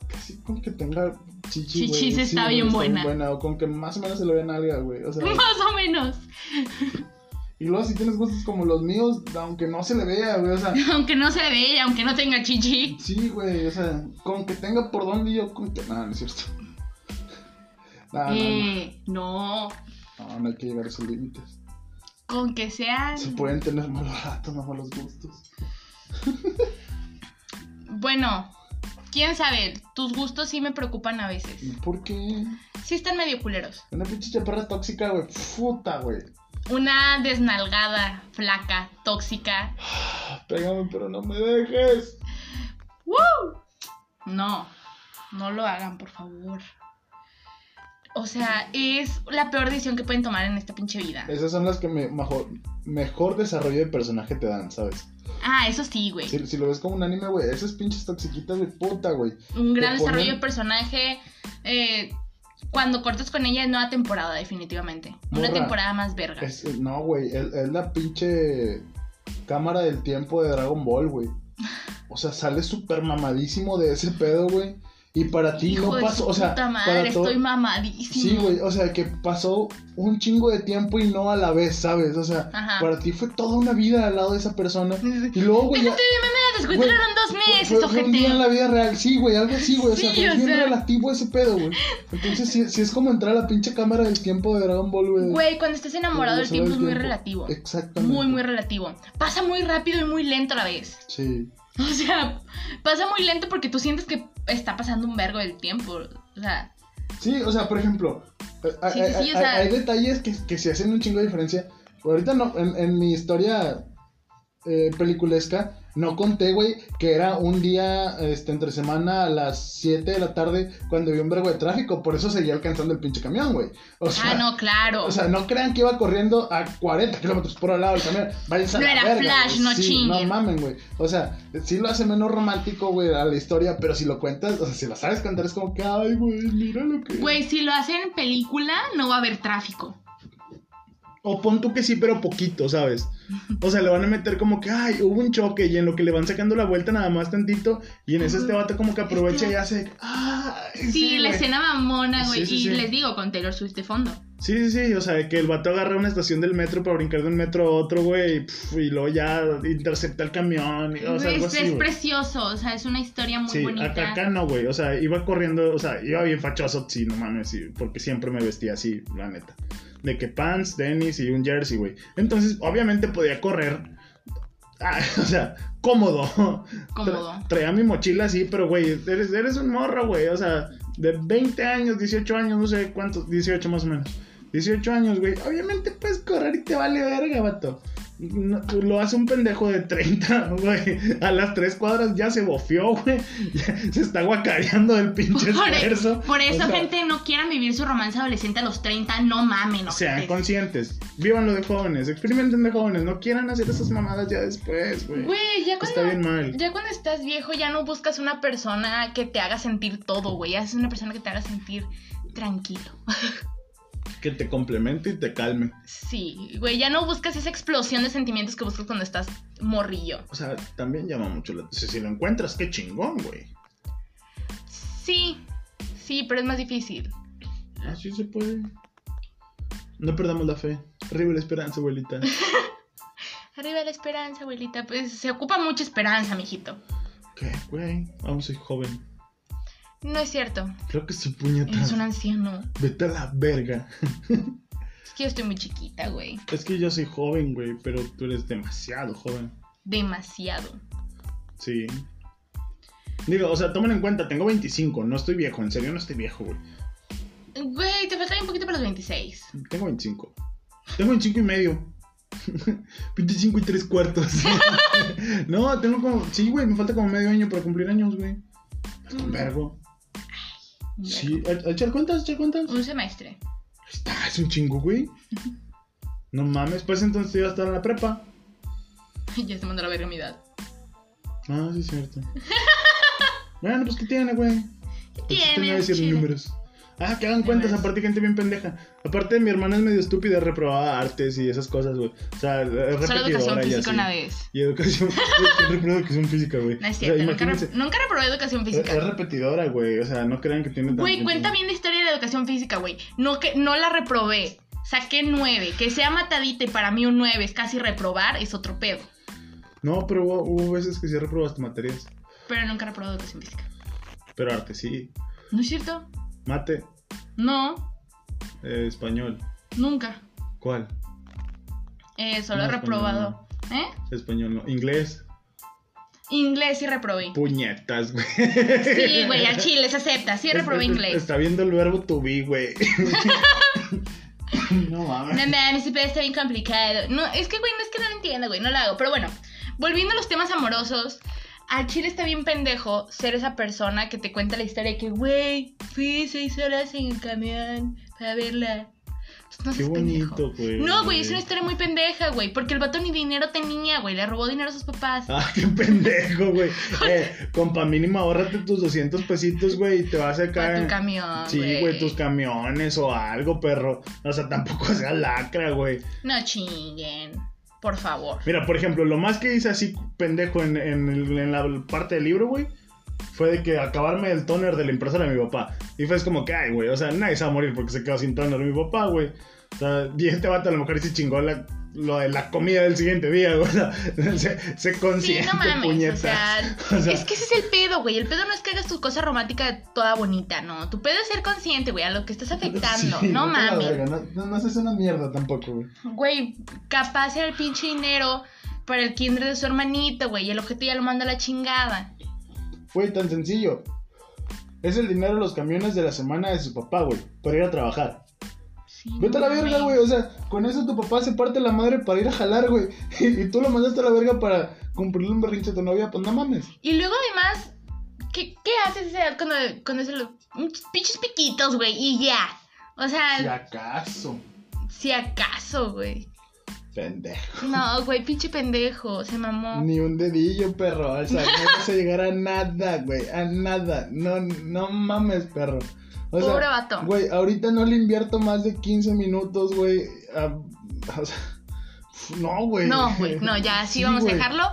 casi con que tenga chichi, güey, Chichis está güey, bien buena. O con que más o menos se le vea nalga, güey. O sea, Más o menos. y luego si tienes gustos como los míos, aunque no se le vea, güey. O sea, Aunque no se vea, aunque no tenga chichi. sí, güey. O sea, con que tenga por dónde y yo con que. No, no es cierto. Ah, No, no, Eh, no. no, no, no hay que llegar a esos límites. Con que sean. Se pueden tener malos ratos, no malos gustos. Bueno, quién sabe. Tus gustos sí me preocupan a veces. ¿Por qué? Sí están medio culeros. Una pinche chaparra tóxica, güey. Puta, güey. Una desnalgada, flaca, tóxica. Ah, Pégame, pero no me dejes. ¡Woo! No, no lo hagan, por favor. O sea, es la peor decisión que pueden tomar en esta pinche vida. Esas son las que me- mejor, mejor desarrollo de personaje te dan, ¿sabes? Ah, eso sí, güey. Si, si lo ves como un anime, güey, esas pinches toxiquitas de puta, güey. Un gran Te ponen- desarrollo de personaje. eh, cuando cortas con ella es nueva temporada, definitivamente. Una Morra. temporada más verga. Es- es- no, güey, es, es la pinche cámara del tiempo de Dragon Ball, güey. O sea, sale súper mamadísimo de ese pedo, güey. Y para ti Hijo no de pasó, su o sea, puta para madre, todo- estoy mamadísimo. Sí, güey, o sea, que pasó un chingo de tiempo y no a la vez, ¿sabes? O sea, Ajá. para ti fue toda una vida al lado de esa persona. Y luego, güey, ya- Déjate de mamadas, escucharon dos Fue- meses, fue, fue un día en la ojete. vida real, sí, güey, algo así, güey. O sea, Sí, fue o bien sea. relativo ese pedo, güey. Entonces, sí, sí es como entrar a la pinche cámara del tiempo de Dragon Ball, güey. Güey, cuando estás enamorado Cuando el se va tiempo es muy relativo. Exactamente. Muy, muy relativo. Pasa muy rápido y muy lento a la vez. Sí. O sea, pasa muy lento porque tú sientes que está pasando un vergo del tiempo. O sea, Sí, o sea, por ejemplo, eh, hay, sí, sí, hay- o sea. hay detalles que, que se hacen un chingo de diferencia. Ahorita no, en, en mi historia eh, peliculesca, No conté, güey, que era un día este, entre semana a las 7 de la tarde cuando había un vergo de tráfico. Por eso seguía alcanzando el pinche camión, güey. O sea, ah, no, claro. o sea, no crean que iba corriendo a 40 kilómetros por hora al lado del camión. Váyanse a No la era verga, Flash, güey. no Sí, chinguen. No mamen, güey. O sea, sí lo hace menos romántico, güey, a la historia. Pero si lo cuentas, o sea, si la sabes contar, es como que, ay, güey, mira lo que. Güey, si lo hacen en película, no va a haber tráfico. O pon tú que sí, pero poquito, ¿sabes? O sea, le van a meter como que, ay, hubo un choque y en lo que le van sacando la vuelta nada más tantito y en eso este vato como que aprovecha y hace, ah, Sí, la güey". escena mamona, güey. Sí, sí, y sí. les digo, con Taylor Swift de fondo. Sí, sí, sí, o sea, que el vato agarra una estación del metro para brincar de un metro a otro, güey, y, pf, y luego ya intercepta el camión, y, o sea, algo es, así, es güey. precioso, o sea, es una historia muy Sí, bonita. acá, acá no, güey, o sea, iba corriendo, o sea, iba bien fachoso, sí, no mames, sí, porque siempre me vestía así, la neta. De que pants, tenis y un jersey, güey. Entonces, obviamente podía correr, ah, o sea, cómodo. Cómodo. Tra- traía mi mochila así, pero güey, eres, eres un morro, güey. O sea, de 20 años, 18 años, no sé cuántos, 18 más o menos. 18 años, güey. Obviamente puedes correr y te vale verga, vato. No, lo hace un pendejo de 30, güey. A las tres cuadras ya se bofió, güey. Ya Se está guacareando del pinche Por, e-, esfuerzo. por eso, O sea, gente, no quieran vivir su romance adolescente a los 30, no mamen. Sean ojetes. conscientes, vívanlo de jóvenes, experimenten de jóvenes, no quieran hacer esas mamadas ya después, güey. Güey, ya cuando, Está bien mal. ya cuando estás viejo ya no buscas una persona que te haga sentir todo, güey. Ya es una persona que te haga sentir tranquilo. Que te complemente y te calme. Sí, güey, ya no buscas esa explosión de sentimientos que buscas cuando estás morrillo. O sea, también llama mucho la atención. Si lo encuentras, qué chingón, güey. Sí, sí, pero es más difícil. Así se puede. No perdamos la fe. Arriba la esperanza, abuelita. Arriba la esperanza, abuelita. Pues se ocupa mucha esperanza, mijito. ¿Qué, güey? Aún soy joven. No es cierto. Creo que soy puñeta. Eres un anciano. Vete a la verga. Es que yo estoy muy chiquita, güey. Es que yo soy joven, güey, pero tú eres demasiado joven. Demasiado. Sí. Digo, o sea, tomen en cuenta, tengo 25, no estoy viejo, en serio no estoy viejo, güey. Güey, te falta un poquito para los 26. Tengo 25. Tengo 25 y medio. 25 y tres cuartos. no, tengo como. Sí, güey, me falta como medio año para cumplir años, güey. Falta un vergo. Sí, ¿a- a echar cuentas, echar cuentas. Un semestre. Está, es un chingo, güey. No mames, pues entonces iba a estar en la prepa. ya se mandó la verga mi edad. Ah, sí, es cierto. bueno, pues ¿qué tiene, güey? Pues, El chiste tiene, no es chile? decir números. Ah, que hagan cuentas, Números. aparte gente bien pendeja. Aparte mi hermana es medio estúpida, reprobaba artes y esas cosas, güey. O sea, es Solo educación repetidora y así. física una vez. Y educación, es que reprobó educación física, güey. No O es sea, cierto. nunca, imagínense, re- nunca reprobé educación es, es física. repetidora, güey. O sea, no crean que tiene tanto. Güey, cuenta bien la historia de la educación física, güey. No, que, no la reprobé. Saqué 9. Que sea matadita y para mí un 9 es casi reprobar, es otro pedo. No, pero hubo, hubo veces que sí reprobaste materias. Pero nunca reprobé educación física. Pero arte sí. ¿No es cierto? Mate, No, eh, español. nunca. ¿Cuál? Eh, No, solo he reprobado. ¿Eh? Español no. Inglés. Inglés sí reprobé. Puñetas, güey. Sí, güey, al chile se acepta. Sí reprobé Es- es- inglés. Está viendo el verbo to be, güey. No mames. No mames, ese pedo está bien complicado. No, es que, güey, no es que no lo entienda, güey, no lo hago. Pero bueno, volviendo a los temas amorosos, al chile está bien pendejo ser esa persona que te cuenta la historia de que, güey, fui seis horas en el camión para verla. Pues no Qué seas pendejo. bonito, güey. No, güey, es una historia muy pendeja, güey, porque el vato ni dinero tenía, güey, le robó dinero a sus papás. Ah, qué pendejo, güey. Eh, compa mínima, ahorrate tus 200 pesitos, güey, y te vas a para tu caer. camión, Sí, güey, tus camiones o algo, perro. O sea, tampoco sea lacra, güey. No chinguen, por favor. Mira, por ejemplo, lo más que hice así pendejo en, en el- en la parte del libro, güey, fue de que acabarme el toner de la impresora de mi papá. Y fue es como que, ay, güey, o sea, nadie se va a morir porque se quedó sin toner mi papá, güey. O sea, y este vato a lo mejor se chingó la, lo de la comida del siguiente día, güey. O sea, se, se Sí, consiente, no mames, puñetas. o sea, O sea, es que ese es el pedo, güey. El pedo no es que hagas tu cosa romántica toda bonita, no. Tu pedo es ser consciente, güey, a lo que estás afectando. Sí, no vete a la mames. verga, No, no, no seas una mierda tampoco, güey. Güey, capaz era el pinche dinero para el kinder de su hermanita, güey. Y el objeto ya lo manda a la chingada. Güey, tan sencillo. Es el dinero de los camiones de la semana de su papá, güey, para ir a trabajar. Sí, Vete a la verga, mames. güey. O sea, con eso tu papá se parte la madre para ir a jalar, güey. Y tú lo mandaste a la verga para cumplirle un berrinche a tu novia. Pues no mames. Y luego además, ¿qué, qué haces esa edad cuando, cuando se lo... Muchos pinches piquitos, güey, y ya. O sea, Si acaso, si acaso, güey. pendejo. No, güey, pinche pendejo, se mamó. Ni un dedillo, perro. O sea, no vas a llegar a nada, güey. A nada. No, no mames, perro. O sea, Pobre vato. Güey, ahorita no le invierto más de 15 minutos, güey. a- o sea, no, güey. No, güey, no, ya sí, vamos güey. a dejarlo.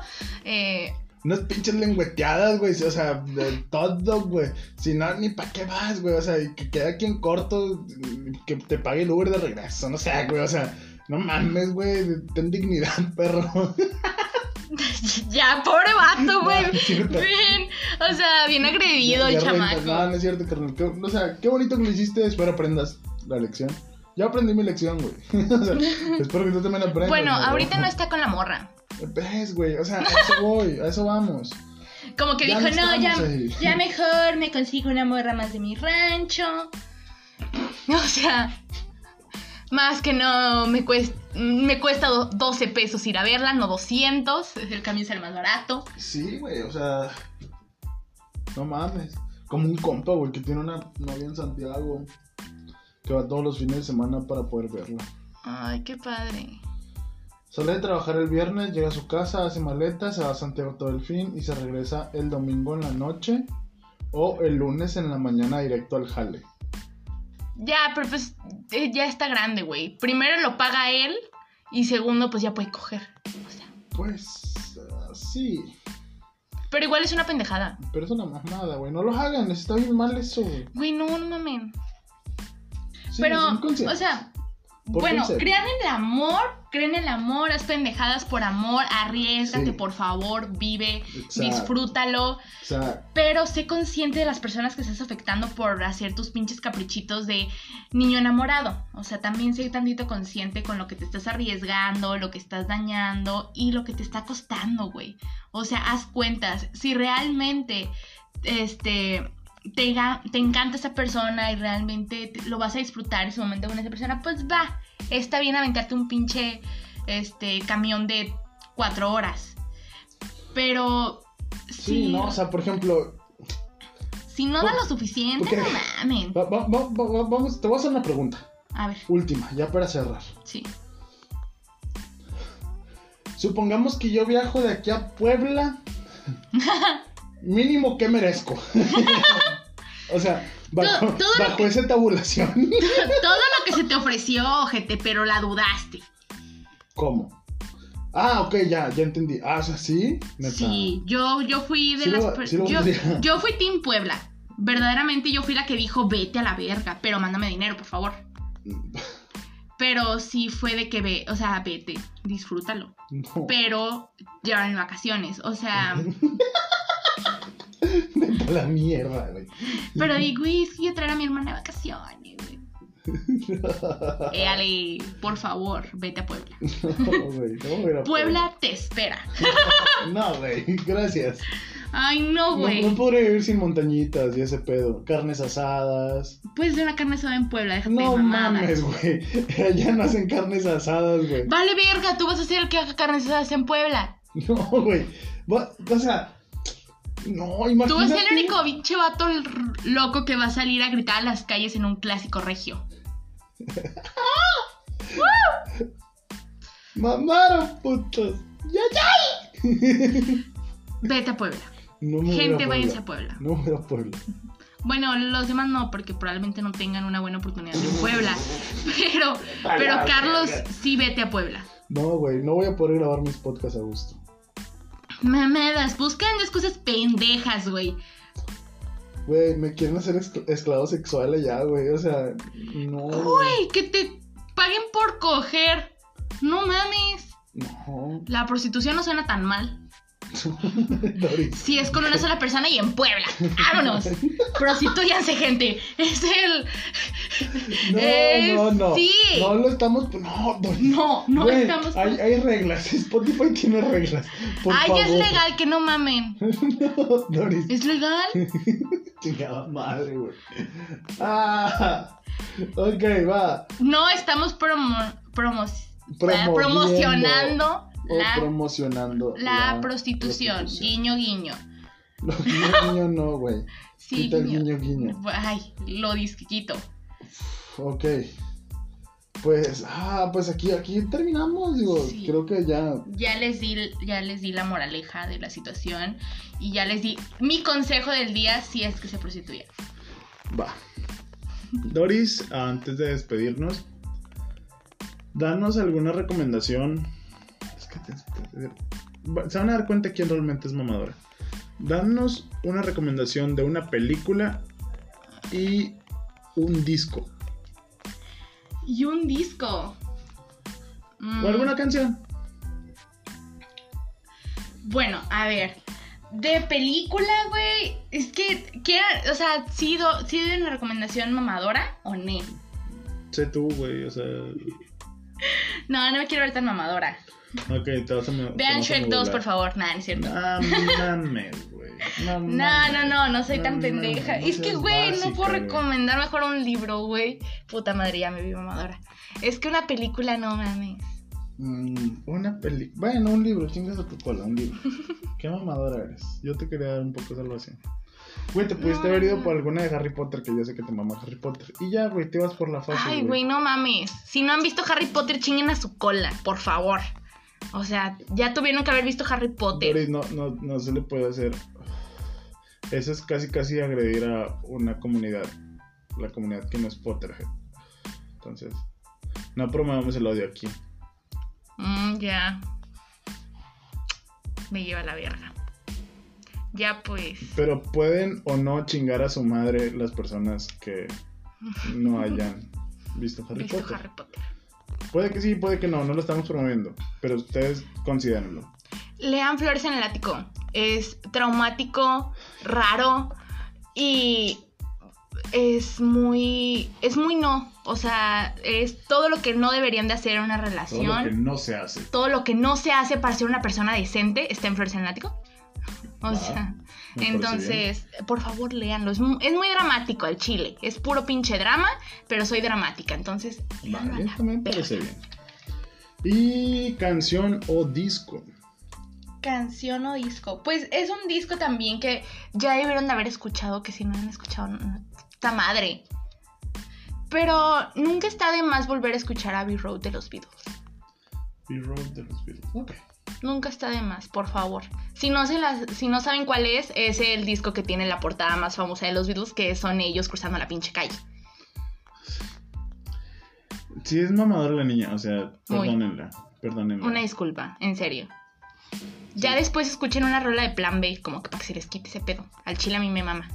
Eh, Unas pinches lengüeteadas, güey. O sea, de todo, güey. Si no, ni para qué vas, güey. O sea, y que quede aquí en corto, que te pague el Uber de regreso. No sé, güey. O sea, no mames, güey. Ten dignidad, perro. ya, pobre vato, güey. No, es cierto. Bien, o sea, bien agredido Ya- el ya chamaco. rentas. No, no es cierto, carnal. Qué- o sea, qué bonito que lo hiciste. Espero aprendas la lección. Yo aprendí mi lección, güey. o sea, espero que tú también aprendas. bueno, güey. ahorita no está con la morra. Ves, güey. O sea, a eso voy, a eso vamos. Como que Ya dijo, no no, ya, estamos eh". ahí". ya mejor me consigo una morra más de mi rancho. O sea, más que no me cuesta, me cuesta do- 12 pesos ir a verla, no 200. El camión sale más barato. Sí, güey, o sea. No mames. Como un compa, güey, que tiene una novia en Santiago. Que va todos los fines de semana para poder verla. Ay, qué padre. Sale de trabajar el viernes, llega a su casa, hace maleta, se va a Santiago todo el fin y se regresa el domingo en la noche o el lunes en la mañana directo al jale. Ya, pero pues eh, ya está grande, güey. Primero lo paga él y segundo, pues ya puede coger. O sea, Pues ah, sí, pero igual es una pendejada. pero es una mamada, güey. No lo hagan, está bien mal eso, güey. Güey, no, no mames. Sí, Pero, es un consejo. o sea, Por bueno, consejos. crean en el amor, creen en el amor, haz pendejadas por amor, arriesgate, Sí. por favor, vive, Exacto. disfrútalo, O sea, pero sé consciente de las personas que estás afectando por hacer tus pinches caprichitos de niño enamorado. O sea, también sé tantito consciente con lo que te estás arriesgando, lo que estás dañando y lo que te está costando, güey. O sea, haz cuentas. Si realmente, este, te, ga- te encanta esa persona y realmente te- lo vas a disfrutar ese momento con esa persona, pues va. Está bien aventarte un pinche, este, camión de cuatro horas. Pero... sí, si- no, o sea, por ejemplo, si no da lo suficiente, Ok. no mamen. va- va- va- va- vamos, te voy a hacer una pregunta. A ver, Última, ya para cerrar. sí. Supongamos que yo viajo de aquí a Puebla. Mínimo, ¿qué merezco? o sea, bajo, Todo- todo lo bajo esa tabulación. Todo lo que se te ofreció, ojete, pero la dudaste. ¿Cómo? Ah, ok, ya, ya entendí. Ah, o sea, sí, neta. Sí, yo, yo fui de Sí lo las... va- per- sí lo yo, podría. yo fui Team Puebla. Verdaderamente yo fui la que dijo, vete a la verga, pero mándame dinero, por favor. Pero sí fue de que ve, o sea, vete, disfrútalo. No, Pero llevan vacaciones, o sea... neta, la mierda, güey. Pero digo, güey, es que yo traer a mi hermana de vacaciones, güey. Eh, Ale, por favor, vete a Puebla. No, güey, no voy a ir a Puebla te espera. No, güey, gracias. Ay, no, No, güey. no podría vivir sin montañitas y ese pedo. Carnes asadas. Puedes ver una carne asada en Puebla, déjate No de mamadas. mames, güey. Allá no hacen carnes asadas, güey. Vale, verga, tú vas a ser el que haga carnes asadas en Puebla. No, güey. Va- O sea, no, imagínate. Tú eres el único pinche vato l- loco que va a salir a gritar a las calles en un clásico regio. Mamaron, putos. ¡Ya, ya! Vete a Puebla. No me voy Gente, a váyanse a Puebla. Puebla. No me voy a Puebla. Bueno, los demás no, porque probablemente no tengan una buena oportunidad en Puebla. Pero, pero Carlos, sí vete a Puebla. No, güey, no voy a poder grabar mis podcasts a gusto. Mamadas, buscan excusas pendejas, güey. Güey, me quieren hacer escl- esclavo sexual allá, güey. O sea, no. güey. Güey, que te paguen por coger. No mames. No. La prostitución no suena tan mal. Doris. Si es con una sola persona y en Puebla. ¡Vámonos! Prostituyanse, gente. Es el. No, Eh, no, no. sí. No lo estamos. No, Doris. No, no Güey, estamos. Hay, hay reglas. Spotify tiene reglas. Por Ay, favor. es legal, que no mamen. Doris, ¿Es legal? chingada madre, güey. Ah, Ok, va. No estamos promo- promo- eh, Promoviendo promocionando O la, promocionando. la prostitución. prostitución. Guiño, guiño. No, guiño, guiño no, güey. Sí, Quita el guiño. guiño, guiño. Ay, lo disquito. Ok. Pues, ah, pues aquí, aquí terminamos, digo, Sí. creo que ya Ya les di, ya les di la moraleja de la situación y ya les di mi consejo del día si es que se prostituyen. va. Doris, antes de despedirnos, danos alguna recomendación. Es que te- se van a dar cuenta quién realmente es mamadora. Danos una recomendación de una película y un disco. Y un disco. Mm, O alguna canción. Bueno, a ver. De película, güey. Es que, ¿qué? o sea, ¿sí, do- sí doy una recomendación mamadora o no? Sé tú, güey. O sea. No, no me quiero ver tan mamadora. Ok, te vas a. me- te Vean vas a Shrek 2, por modular. favor. Nada, no es cierto. No mames, güey. No, No, no, no, no soy No, tan no, pendeja. no es que, seas güey, no básica, puedo güey. recomendar mejor un libro, güey. Puta madre, ya me vi mamadora. Es que una película, no mames. Mm, una película. Bueno, un libro, chingas a tu cola, un libro. Qué mamadora eres. Yo te quería dar un poco de salvación. Güey, te pudiste No, haber ido no. por alguna de Harry Potter, que yo sé que te mama Harry Potter. Y ya, güey, te vas por la fácil. Ay, güey, no mames. Si no han visto Harry Potter, chinguen a su cola, por favor. O sea, ya tuvieron que haber visto Harry Potter. Doris, no, no, no se le puede hacer. Eso es casi, casi agredir a una comunidad. La comunidad que no es Potterhead. Entonces, no promovemos el odio aquí. Mm, ya. Me lleva la verga. Ya pues. Pero pueden o no chingar a su madre las personas que no hayan visto Harry visto Potter. Harry Potter. Puede que sí, puede que no, no lo estamos promoviendo. Pero ustedes considérenlo. Lean Flores en el Ático. Es traumático, raro y es muy. Es muy no. O sea, es todo lo que no deberían de hacer en una Todo relación. lo que no se hace. todo lo que no se hace para ser una persona decente está en Flores en el Ático. O Ah, sea, me parece entonces, por favor, léanlo. Es mu- es muy, dramático el chile. Es puro pinche drama, pero soy dramática. Entonces, léanlo a Vale, la también verga. parece bien. Y canción o disco. Canción o disco. Pues es un disco también que ya debieron de haber escuchado, que si no han escuchado, no- no- está madre. Pero nunca está de más volver a escuchar Abbey Road de los Beatles. B-roll de los Beatles. Ok. Nunca está de más, por favor. Si no, se las, si no saben cuál es, es el disco que tiene la portada más famosa de los Beatles, que son ellos cruzando la pinche calle. Sí, es mamadora la niña, o sea, Muy. perdónenla. Perdónenla. Una disculpa, en serio. Ya después escuchen una rola de plan B, como que para que se les quite ese pedo. Al chile a mí me mama.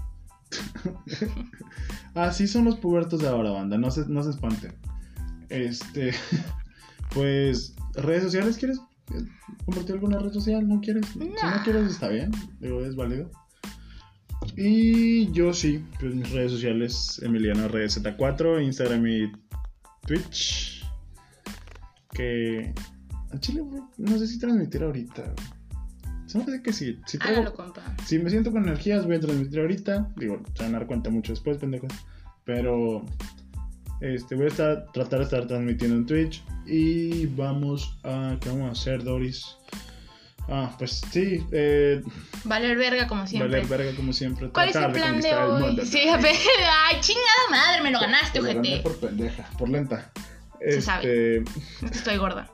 Así son los pubertos de ahora, banda. No se, no se espanten. Este. Pues. ¿Redes sociales quieres? eh, ¿Compartir alguna red social? ¿No quieres? Si no Nah. quieres, está bien. Digo, es válido. Y yo sí, pues mis redes sociales: Emiliano RZ4, Instagram y Twitch. Que. A Chile, güey, no sé si transmitir ahorita. Se me hace que sí. Si traigo- Hágalo, compa. si me siento con energías, voy a transmitir ahorita. Digo, se van a dar cuenta mucho después, pendejos. Pero este, voy a estar, tratar de estar transmitiendo en Twitch. Y vamos a. ¿Qué vamos a hacer, Doris? Ah, pues sí, eh, Valer verga como siempre. valer verga como siempre. ¿Cuál es el plan de conquistar el hoy? mundo. Sí, a ver. Ay, chingada madre, me lo Te ganaste, lo gané ojete. por pendeja. Por lenta. Se este, sabe. Estoy gorda.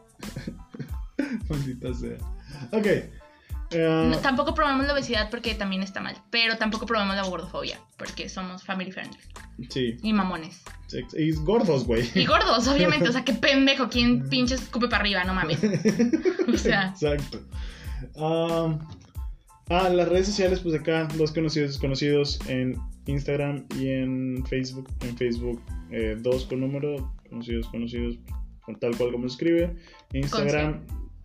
Maldita sea. Ok. No, eh, tampoco probamos la obesidad porque también está mal. Pero tampoco probamos la gordofobia porque somos family friendly sí, y mamones. sex- y gordos, güey. Y gordos, obviamente. O sea, qué pendejo. ¿Quién pinche escupe para arriba? No mames. O sea, Exacto. Am, ah, las redes sociales, pues acá, dos conocidos desconocidos en Instagram y en Facebook. En Facebook, eh, dos con número, conocidos conocidos, con tal cual como se escribe. Instagram,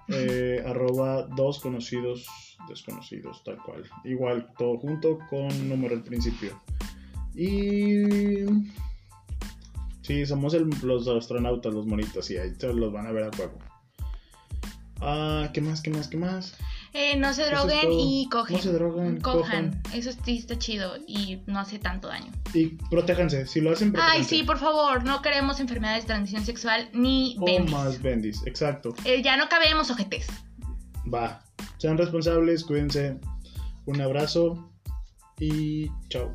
eh, arroba dos conocidos desconocidos, tal cual. Igual, todo junto con número al principio. Y... Sí, somos el- los astronautas, los monitos, y ahí se los van a ver a huevo. Ah, ¿qué más? ¿Qué más? ¿Qué más? Eh, no se Eso es droguen todo. y cogen. No se droguen, cojan. cojan. Eso sí está chido y no hace tanto daño. Y protéjanse, si lo hacen, protéjanse. Ay, sí, por favor, no queremos enfermedades de transmisión sexual ni O bendis. más bendis, exacto. Eh, ya no cabemos ojetes. Va. Sean responsables, cuídense. Un abrazo y chao.